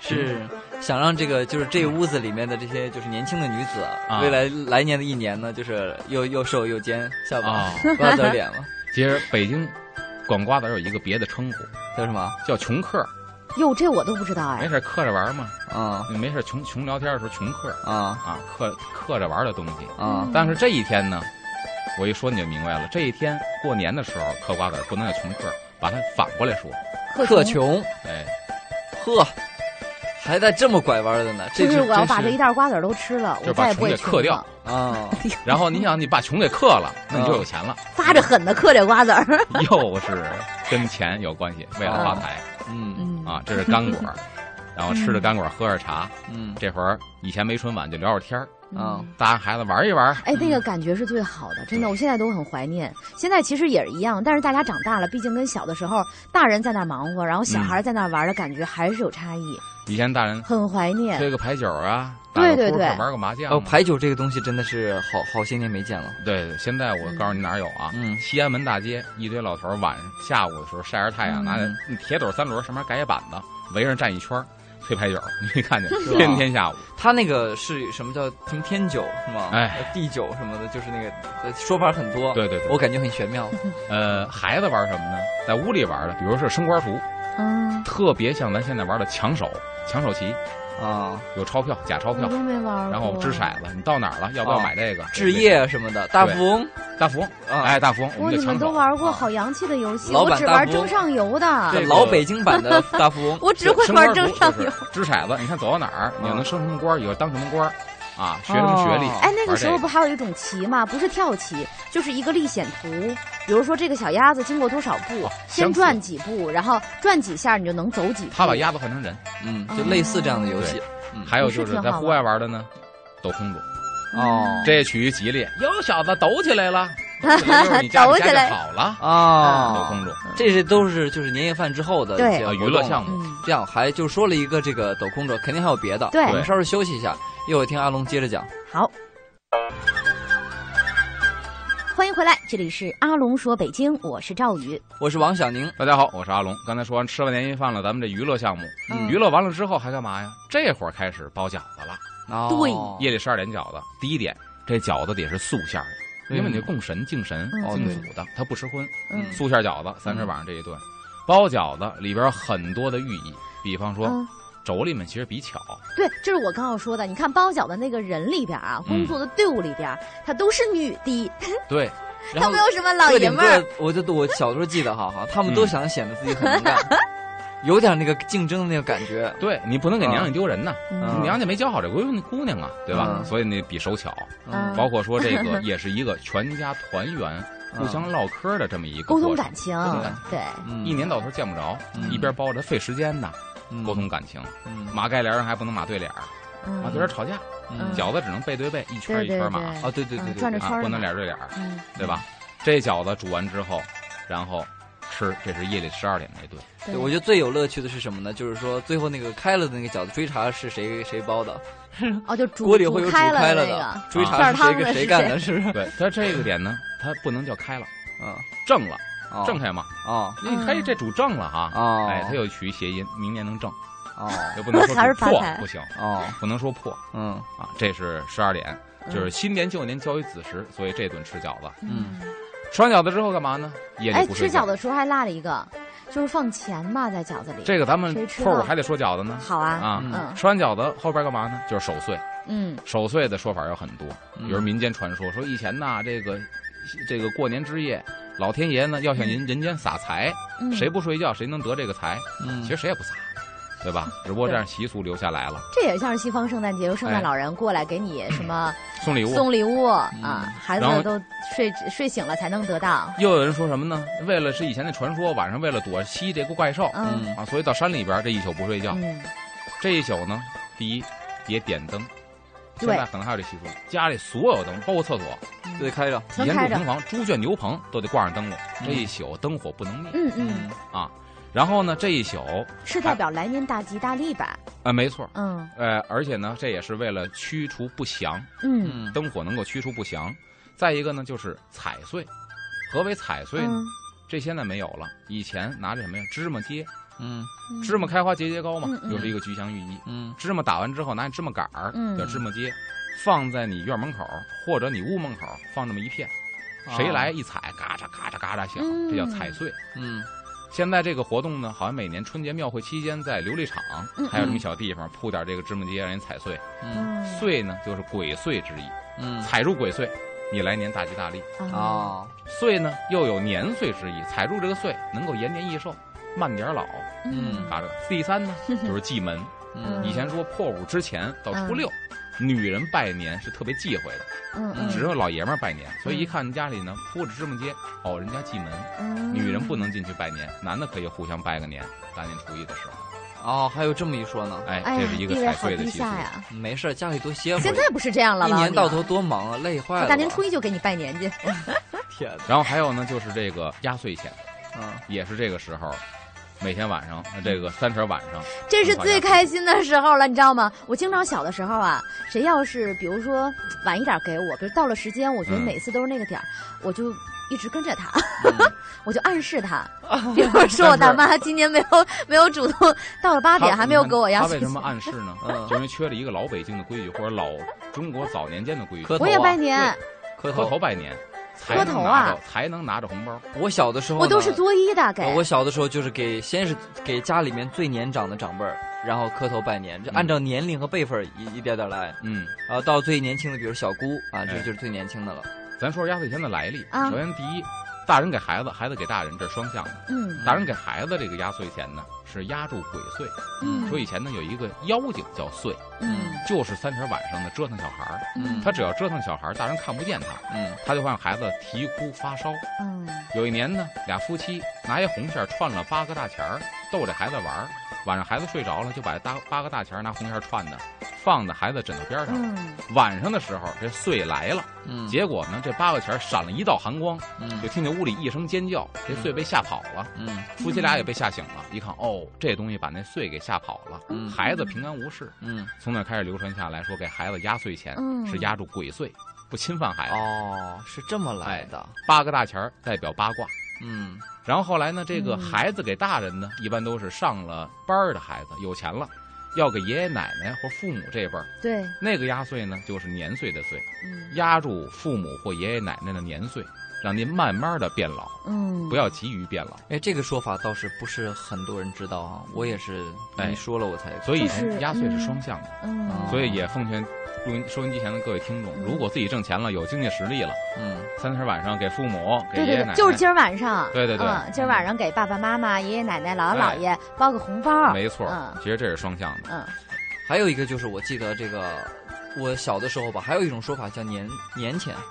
S2: 是想让这个就是这屋子里面的这些就是年轻的女子，
S3: 啊
S2: 未来来年的一年呢，就是又又瘦又尖，下巴
S3: 啊，
S2: 瓜子脸 嘛，
S3: 其实北京管瓜子儿有一个别的称呼，
S2: 叫什么？
S3: 叫穷客，
S1: 哟，这我都不知道
S3: 没
S1: 哎。
S3: 事儿嗑着玩儿嘛，
S2: 啊
S3: 你没事儿穷穷聊天的时候穷嗑
S2: 啊
S3: 啊，嗑嗑着玩儿的东西。
S2: 啊！
S1: 嗯
S3: 但是这一天呢，我一说你就明白了。这一天过年的时候嗑瓜子儿不能叫穷嗑儿，把它反过来说。
S2: 克穷，
S3: 哎，
S2: 呵，还带这么拐弯的呢，这
S1: 就是我要
S2: 真
S1: 把这一
S2: 是
S1: 袋瓜子儿都吃了，我
S3: 就
S1: 再
S3: 把
S1: 也不会
S3: 穷给克掉
S1: 穷了，
S2: 啊，
S3: 然后你想你把穷给克了，那你就有钱了，
S1: 发着狠的嗑这瓜子儿。
S3: 又是跟钱有关系，为了发财
S2: 嗯
S1: 嗯
S3: 啊。这是干果 儿，然后吃着干果儿喝着茶，
S2: 嗯
S3: 这会儿以前没春晚就聊聊天儿，
S2: 啊，
S3: 大人孩子玩一玩儿。
S1: 嗯哎，那个感觉是最好的，真的，我现在都很怀念。现在其实也是一样，但是大家长大了，毕竟跟小的时候，大人在那儿忙活，然后小
S3: 嗯
S1: 孩儿在那儿玩的感觉还是有差异，
S3: 以前大人
S1: 很怀念。
S3: 吹个牌九啊，打
S1: 对
S3: 个
S1: 对
S3: 扑克
S1: 对
S3: 玩个麻将啊。
S2: 哦，牌九这个东西真的是好好些年没见了，
S3: 对，对现在我告诉你哪儿有啊？
S2: 嗯
S3: 西安门大街一堆老头儿晚上下午的时候晒着太阳，
S1: 嗯
S3: 拿着铁斗三轮上面改一板子，围着站一圈儿脆排卷儿， 你没看见？
S2: 是吧
S3: 天天下午，
S2: 他那个是什么叫什么天酒是吗？呃
S3: 哎，
S2: 地酒什么的，就是那个呃说法很多。，
S3: 对对对。
S2: 我感觉很玄妙。
S3: 呃，孩子玩什么呢？在屋里玩的，比如说升官服，
S1: 嗯，
S3: 特别像咱现在玩的抢手、抢手棋，
S2: 啊，
S3: 有钞票、假钞
S1: 我
S3: 票，
S1: 都没玩过。
S3: 然后掷骰子，你到哪儿了？要不要
S2: 啊
S3: 买这个？
S2: 置业什么的，大富翁
S3: 大富翁，
S2: 啊，
S3: 哎，，大富翁，
S1: 哇，
S3: 我们
S1: 你
S3: 就抢
S1: 们
S3: 手。
S1: 都玩过
S2: 啊
S1: 好洋气的游戏，
S2: 老
S1: 我
S2: 板
S1: 只
S2: 大
S1: 玩
S2: 富
S1: 争
S2: 翁
S1: 上游的。
S2: 这。
S3: 个
S2: 老北京版的 大富翁
S1: 我只会
S3: 升
S1: 玩
S3: 官
S1: 争
S3: 服
S1: 上
S3: 就是
S1: 游。
S3: 掷骰子，你看走到哪儿，你就能升什么官，以后当什么官，啊，学什么学历
S2: 哦。
S1: 哎，那个
S3: 玩
S1: 时
S3: 这
S1: 候不还有一种棋吗？不是跳棋，就是一个历险图。比如说这个小鸭子经过多少步，先
S3: 哦相似
S1: 转几步，然后转几下你就能走几步。
S3: 他把鸭子换成人。
S2: 嗯，就类似这样的游戏。
S3: 还
S1: 嗯
S3: 有
S1: 也是
S3: 就是
S1: 挺
S3: 在
S1: 好
S3: 户
S1: 玩
S3: 外玩的呢，抖空竹，
S2: 哦，
S3: 这取于吉 利。有小子抖起来 了，抖起来就是你家
S1: 抖
S3: 里
S1: 起
S3: 家
S1: 来哦
S3: 就好了。抖
S2: 啊，
S3: 空竹
S2: 这些都是就是年夜饭之后的
S1: 对
S2: 一些
S3: 啊，
S2: 活
S3: 娱乐
S2: 动
S3: 项目。
S1: 嗯，
S2: 这样还就说了一个这个抖空者，肯定还有别的。
S1: 对
S2: 我们稍事休息一下，一会儿听阿龙接着讲。
S1: 好。欢迎回来，这里是阿龙说北京，我是赵宇。
S2: 我是王小宁，
S3: 大家好，我是阿龙。刚才说完吃完年夜饭了，咱们这娱乐项目，
S1: 嗯
S3: 娱乐完了之后还干嘛呀？这会儿开始包饺子了，
S2: 哦
S3: 夜里十二点饺子。第一点，这饺子得是素馅儿的，因为你
S2: 嗯
S3: 供神敬神
S1: 嗯
S3: 敬
S2: 哦对
S3: 祖的，他不吃荤。
S1: 嗯
S3: 素馅儿饺子，三十晚上这一顿，包饺子里边有很多的寓意，比方说
S1: 嗯，
S3: 妯娌们其实比巧，
S1: 对，这是我刚要说的。你看包饺子那个人里边啊，工
S3: 嗯
S1: 作的队伍里边儿，她都是女的，
S2: 对，然
S1: 她
S2: 后
S1: 没有什么老
S2: 个
S1: 爷
S2: 顶
S1: 们儿。
S2: 个，我就我小时候记得哈哈，他们都
S3: 嗯
S2: 想显得自己很能干，有点那个竞争的那个感觉。
S3: 对你不能给
S2: 啊
S3: 娘家丢人呐，
S2: 嗯
S3: 娘家没教好这闺女姑娘啊，对吧？
S2: 嗯
S3: 所以你比手巧，
S1: 嗯
S3: 包括说这个 也是一个全家团圆、
S2: 嗯
S3: 互相唠嗑的这么一个
S1: 沟通
S3: 过程
S1: 感。情
S2: 沟通感，
S1: 对，
S2: 嗯
S3: 一年到头见不着，
S2: 嗯
S3: 一边包着费时间呐，沟通感情。码盖帘儿还不能码对脸儿，
S1: 嗯
S3: 码对脸儿吵架，
S1: 嗯
S3: 饺子只能背对背，一圈儿
S1: 对
S3: 一
S1: 对
S3: 圈儿
S1: 对，
S3: 码，
S2: 啊，对对对
S1: 嗯转
S2: 对
S1: 着圈
S2: 对，
S3: 啊
S1: 儿
S3: 不能
S1: 码
S3: 脸对脸儿。
S1: 嗯，
S3: 对吧？这饺子煮完之后，然后吃，这是夜里十二点那顿。
S1: 对
S2: 对我觉得最有乐趣的是什么呢？就是说最后那个开了的那个饺子追查是谁谁包的，
S1: 哦，就煮
S2: 锅里会有煮
S1: 开
S2: 开
S1: 的
S2: 了
S1: 那个
S2: 的，，追
S1: 馅
S2: 查
S1: 儿
S2: 是
S1: 汤的
S2: 谁跟
S1: 是
S2: 谁干
S1: 谁
S2: 的，是 不是？
S3: 对，但这个点呢，它不能叫开了，
S2: 嗯，
S3: 正了，
S2: 哦
S3: 正开嘛。
S2: 哦
S3: 你
S1: 嗯
S3: 嘿，这煮正了哈。
S2: 哦，
S3: 哎，它有取谐音，明年能正，
S2: 哦
S3: 又不能说
S1: 还是
S3: 煮
S1: 发
S3: 破
S1: 财，
S3: 不行，
S2: 哦
S3: 不能说破
S2: 嗯
S3: 啊。这是十二点，就是
S1: 嗯
S3: 新年旧年交于子时，所以这顿吃饺子。
S2: 嗯。
S3: 吃完饺子之后干嘛呢？夜
S1: 哎
S3: 里，不睡
S1: 吃饺
S3: 觉
S1: 子。的时候还落了一个，就是放钱嘛，在饺子里。
S3: 这个咱们
S1: 谁吃
S3: 后边
S1: 了
S3: 还得说饺子呢
S1: 好啊，
S3: 啊。
S2: 嗯
S1: 嗯
S3: 吃完饺子后边干嘛呢？就是守岁。
S1: 嗯
S3: 守岁的说法有很多，
S2: 嗯
S3: 比如民间传说说以前呐，这个这个过年之夜，老天爷呢要向人人间撒财，
S1: 嗯，
S3: 谁不睡觉谁能得这个财。
S2: 嗯
S3: 其实谁也不撒，对吧？只不过这样习俗留下来了，
S1: 这也像是西方圣诞节，有圣诞
S3: 哎
S1: 老人过来给你什么
S3: 送礼物。嗯
S1: 送礼物啊，孩子
S3: 然后
S1: 都睡睡醒了才能得到。
S3: 又有人说什么呢？为了是以前的传说，晚上为了躲吸这个怪兽
S1: 嗯
S3: 啊，所以到山里边这一宿不睡觉。
S1: 嗯，
S3: 这一宿呢，第一别点灯，现
S1: 对
S3: 在，可能还有这习俗，家里所有灯，包括厕所、
S1: 嗯
S2: 对，开着，
S1: 全
S3: 沿
S1: 开
S3: 住
S1: 着
S3: 平。房、猪圈、牛棚都得挂上灯笼，
S2: 嗯
S3: 这一宿灯火不能灭。
S1: 嗯嗯，
S3: 啊。然后呢，这一宿，
S1: 是代表来年大吉大利吧？
S3: 呃，没错，
S1: 嗯
S3: 呃，而且呢，这也是为了驱除不祥，
S1: 嗯
S2: 嗯，
S3: 灯火能够驱除不祥。再一个呢，就是踩碎。何为踩碎呢？
S1: 嗯，
S3: 这现在没有了，以前拿着什么呀？芝麻接，
S2: 嗯
S1: 嗯
S3: 芝麻开花节节高嘛
S1: 嗯，嗯
S3: 又是一个吉祥寓意。
S2: 嗯
S3: 芝麻打完之后，拿你芝麻杆儿
S1: 嗯
S3: 叫芝麻接，放在你院门口或者你屋门口放这么一片，
S2: 啊
S3: 谁来？一踩，嘎嚓嘎嚓嘎嚓响，这叫踩碎。
S2: 哦嗯
S3: 现在这个活动呢，好像每年春节庙会期间，在琉璃厂
S1: 嗯
S3: 还有这么小地方铺点这个芝麻街，让人踩碎。
S2: 嗯
S1: 嗯
S3: 碎呢，就是鬼祟之意，
S2: 嗯
S3: 踩入鬼祟，你来年大吉大利。
S1: 啊，
S2: 啊，
S3: 岁呢，又有年岁之意，踩入这个岁，能够延年益寿，慢点儿老。
S2: 嗯
S3: 嘎着。第 三呢，就是忌门。
S2: 嗯
S3: 以前说破五之前到初六，女人拜年是特别忌讳的，
S1: 嗯嗯，
S3: 只有老爷们儿拜年。所以一
S1: 嗯
S3: 看家里呢铺着芝麻街，哦，人家忌门，
S1: 嗯
S3: 女人不能进去拜年，男的可以互相拜个年，大年初一的时候。
S2: 哦，还有这么一说呢。
S3: 哎，
S1: 哎
S3: 这
S1: 呀
S3: 是，一
S1: 地
S3: 个
S1: 位
S3: 踩
S1: 好
S3: 碎的
S1: 低
S3: 习俗。
S1: 下呀！
S2: 没事儿，家里多歇会
S1: 现
S2: 儿。
S1: 在不是这样了，
S2: 一
S1: 老
S2: 年
S1: 李
S2: 到头多忙啊，累坏了。
S1: 大年初一就给你拜年去。
S2: 天哪，
S3: 然后还有呢，就是这个压岁钱，
S2: 嗯，
S3: 也是这个时候，每天晚上，呃这个三十晚上，
S1: 这是最开心的时候了，你知道吗？我经常小的时候啊，谁要是比如说晚一点给我，比如到了时间，我觉得
S3: 嗯
S1: 每次都是那个点儿，我就一直跟着他，
S2: 嗯
S1: 我就暗示 他，比如说我大妈今年没有没有主动到了八点
S3: 他
S1: 还没有给我压
S3: 他
S1: 岁
S3: 为什么
S1: 钱，
S3: 暗示呢？
S2: 嗯
S3: 就因为缺了一个老北京的规矩，或者老中国早年间的规矩，
S2: 磕头
S1: 我也
S2: 啊
S1: 拜年，
S2: 磕
S3: 磕
S2: 头
S3: 头。拜年，才
S1: 磕
S3: 能
S1: 头
S3: 拿
S1: 啊
S3: 着才能拿着红包。
S2: 我小的时候呢，
S1: 我都是多一的给
S2: 呃。我小的时候就是给先是给家里面最年长的长辈儿，然后磕头拜年，就
S1: 嗯
S2: 按照年龄和辈分儿一一点点来。
S3: 嗯，
S2: 啊，到最年轻的，比如小姑啊，这
S3: 哎
S2: 就是最年轻的了。
S3: 咱说说压岁钱的来历。
S1: 啊
S3: 首先，第一，大人给孩子，孩子给大人，这是双向的。
S1: 嗯
S3: 大人给孩子这个压岁钱呢，是压住鬼祟。
S1: 嗯
S3: 说以前呢有一个妖精叫祟，
S1: 嗯
S3: 就是三十晚上呢折腾小孩儿，
S2: 嗯
S3: 他只要折腾小孩儿，大人看不见他，
S2: 嗯
S3: 他就会让孩子啼哭发烧。
S1: 嗯
S3: 有一年呢，俩夫妻拿一红线儿串了八个大钱儿，逗着孩子玩儿。晚上孩子睡着了，就把大八个大钱儿拿红线儿串的，放在孩子枕头边儿上。
S1: 嗯
S3: 晚上的时候，这祟来了，
S2: 嗯，
S3: 结果呢，这八个钱儿闪了一道寒光，就
S2: 嗯
S3: 听见屋里一声尖叫，这祟被吓跑了。
S2: 嗯
S3: 夫妻俩也被吓醒了，一看哦，这东西把那祟给吓跑了，
S2: 嗯
S3: 孩子平安无事。
S2: 嗯
S3: 从那开始流传下来说，给孩子压岁钱
S1: 嗯
S3: 是压住鬼祟，不侵犯孩子。
S2: 哦，是这么来的。
S1: 哎
S3: 八个大钱儿代表八卦。
S2: 嗯
S3: 然后后来呢，这个
S1: 嗯
S3: 孩子给大人呢，一般都是上了班儿的孩子，有钱了，要给爷爷奶奶或父母这辈儿。
S1: 对
S3: 那个压岁呢，就是年岁的岁，
S1: 嗯
S3: 压住父母或爷爷奶奶的年岁，让您慢慢的变老，
S1: 嗯
S3: 不要急于变老。
S2: 哎，这个说法倒是不是很多人知道啊，我也是
S3: 哎
S2: 你说了我才。
S3: 所以哎以
S1: 就是
S3: 前压岁是双向的，
S1: 嗯
S3: 所以也奉劝录音收音机前的各位听众，如果自己挣钱了，有经济实力了，
S2: 嗯
S3: 三十晚上给父母给
S1: 对
S3: 爷
S1: 对
S3: 爷奶奶，
S1: 对，就是今儿晚上，
S3: 对对对
S1: 嗯，今儿晚上给爸爸妈妈、爷爷奶奶、姥姥
S3: 哎
S1: 姥爷包个红包，
S3: 没错
S1: 嗯，
S3: 其实这是双向的。
S1: 嗯，
S2: 还有一个就是，我记得这个，我小的时候吧，还有一种说法叫年年钱，
S3: 啊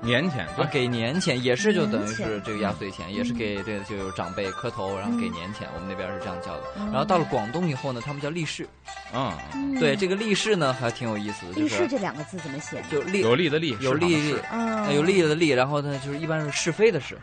S3: 年前
S2: 啊
S3: 对，
S2: 给年钱也是就
S1: 年
S2: 等于
S1: 钱
S2: 是这个压岁钱，也是给对就是长辈磕头，然后给
S1: 嗯
S2: 年钱，我们那边是这样叫的。然后到了广东以后呢，他们叫立誓，
S3: 嗯，
S1: 嗯
S2: 对这个立誓呢还挺有意思的，就
S1: 立誓
S2: 是
S1: 这两个字怎么写？
S2: 就立
S3: 有利的利，
S2: 有
S3: 市场的
S2: 利
S3: 市
S2: 益。
S1: 嗯
S2: 呃
S3: 哎
S2: 有利的利，然后呢，就是一般是是非的是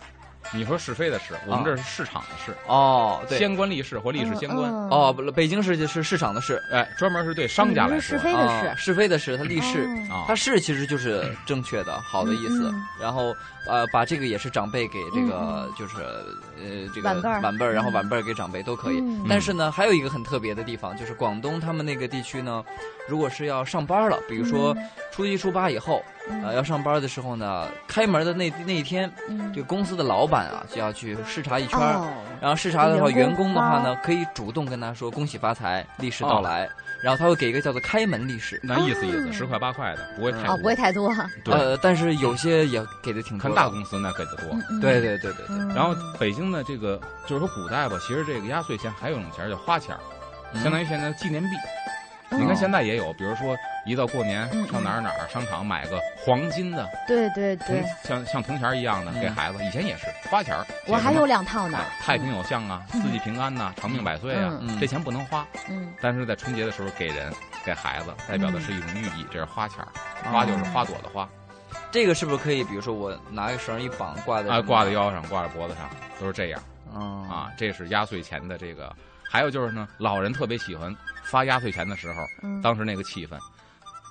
S3: 你说是非的是，我
S2: 啊
S3: 们这是市场的市，
S2: 哦，对，
S3: 先官立市或立
S1: 嗯
S3: 市先官，
S2: 哦，，不北京市就是市场的市，
S3: 哎，专门是对商家来
S1: 嗯是
S3: 说
S1: 非的
S2: 啊，
S1: 是，
S2: 是非的是，它立誓，
S1: 哦
S3: 啊
S2: 它，是其实就是正确的、好的意思。
S1: 嗯嗯
S2: 然后呃，把这个也是长辈给这
S1: 嗯
S2: 个、就是呃这个
S1: 晚辈儿
S2: 晚辈儿，然后晚辈儿给长辈都可以。
S1: 嗯
S2: 但是呢，还有一个很特别的地方，就是广东他们那个地区呢，如果是要上班了，比如说初一、初八以后，
S1: 嗯
S2: 呃，要上班的时候呢，开门的那那一天，
S1: 嗯
S2: 这个公司的老板啊就要去视察一圈儿。
S1: 哦，
S2: 然后视察的话，
S1: 员
S2: 员
S1: 工
S2: 工的话呢，可以主动跟他说“恭喜发财，利是到来”，然后他会给一个叫做“开门利是”。
S3: 那意思意思，
S1: 哦
S3: 十块八块的不会太
S1: 哦，
S3: 多，
S1: 不会太多，
S3: 对，
S2: 呃，但是有些也给的挺多
S3: 看
S2: 的。
S3: 大公司那给的多。
S1: 嗯
S2: 对，对对对对，
S1: 嗯
S3: 然后北京的这个就是说古代吧，其实这个压岁钱还有一种钱儿叫花钱儿，相当
S2: 于
S3: 于现在的纪念币。
S1: 嗯
S3: 你看现在也有，比如说一到过年
S1: 嗯
S3: 上哪儿哪儿商场买个黄金的
S1: 对对
S3: 铜
S1: 对，，
S3: 像像铜钱儿一样的
S2: 嗯
S3: 给孩子，以前也是花钱儿。
S1: 我还
S3: 写什么
S1: 有两套呢
S3: 哎，太平有象啊，四季平安呐，长命百岁啊
S2: 嗯，
S3: 这钱不能花，
S1: 嗯，
S3: 但是在春节的时候给人给孩子，代表的是一种寓意，这是花钱儿，
S1: 嗯
S3: 花就是花朵的花，
S2: 这个是不是可以？比如说我拿个绳儿一绑，
S1: 哦
S2: 挂在
S3: 啊，
S2: 什么
S3: 挂在腰上，挂在脖子上，都是这样
S2: 嗯
S3: 啊。这是压岁钱的这个，还有就是呢，老人特别喜欢发压岁钱的时候，
S1: 嗯
S3: 当时那个气氛，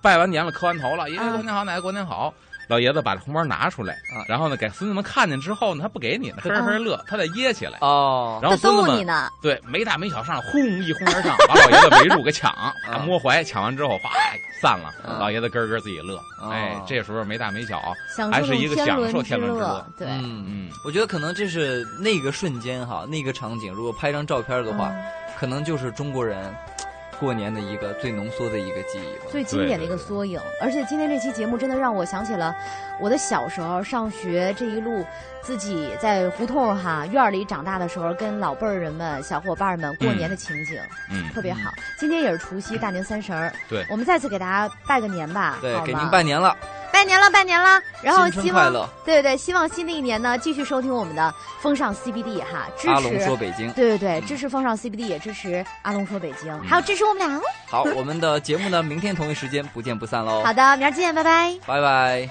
S3: 拜完年了，磕完头了，爷爷
S1: 啊
S3: 过年好，奶奶过年好。老爷子把这红包拿出来
S1: 嗯
S2: 啊，
S3: 然后呢，给孙子们看见之后呢，他不给你呢，呵呵呵乐，他得掖起来。
S2: 哦，
S3: 然后
S1: 他
S3: 孙子
S1: 逗
S3: 们
S1: 你呢，
S3: 对，没大没小上，轰一哄而上， 把老爷子围住给抢，啊摸怀，抢完之后哗散了，
S2: 嗯
S3: 老爷子咯咯自己乐，
S2: 哦
S3: 哎，这时候没大没小，
S1: 享
S3: 还
S1: 受
S3: 是一个享受
S1: 天
S3: 天伦之
S1: 乐
S3: 乐，
S1: 对，
S2: 嗯。
S3: 嗯，
S2: 我觉得可能这是那个瞬间哈，那个场景，如果拍张照片的
S1: 嗯
S2: 话，可能就是中国人过年的一个最浓缩的一个记忆吧。
S1: 最经典的一个缩影。而且今天这期节目真的让我想起了我的小时候上学这一路，自己在胡同哈院儿里长大的时候，跟老辈儿人们、小伙伴们过年的情景、
S3: 嗯，
S1: 特别好。今天也是除夕，大年三十儿，
S3: 对
S1: 我们再次给大家拜个年吧，
S2: 对
S1: 好，吗
S2: 给您拜年了，
S1: 拜年了，拜年了。然后
S2: 新
S1: 希
S2: 春快
S1: 望
S2: 乐！
S1: 对对对，希望新的一年呢继续收听我们的风尚 CBD 哈，支
S2: 阿龙说
S1: 持。
S2: 北京。
S1: 对对对，
S2: 嗯
S1: 支持风尚 CBD，也支持阿龙说北京，还有支持我们俩哦。
S2: 好，我们的节目呢，明天同一时间不见不散喽。
S1: 好的，明儿见，拜拜。
S2: 拜拜。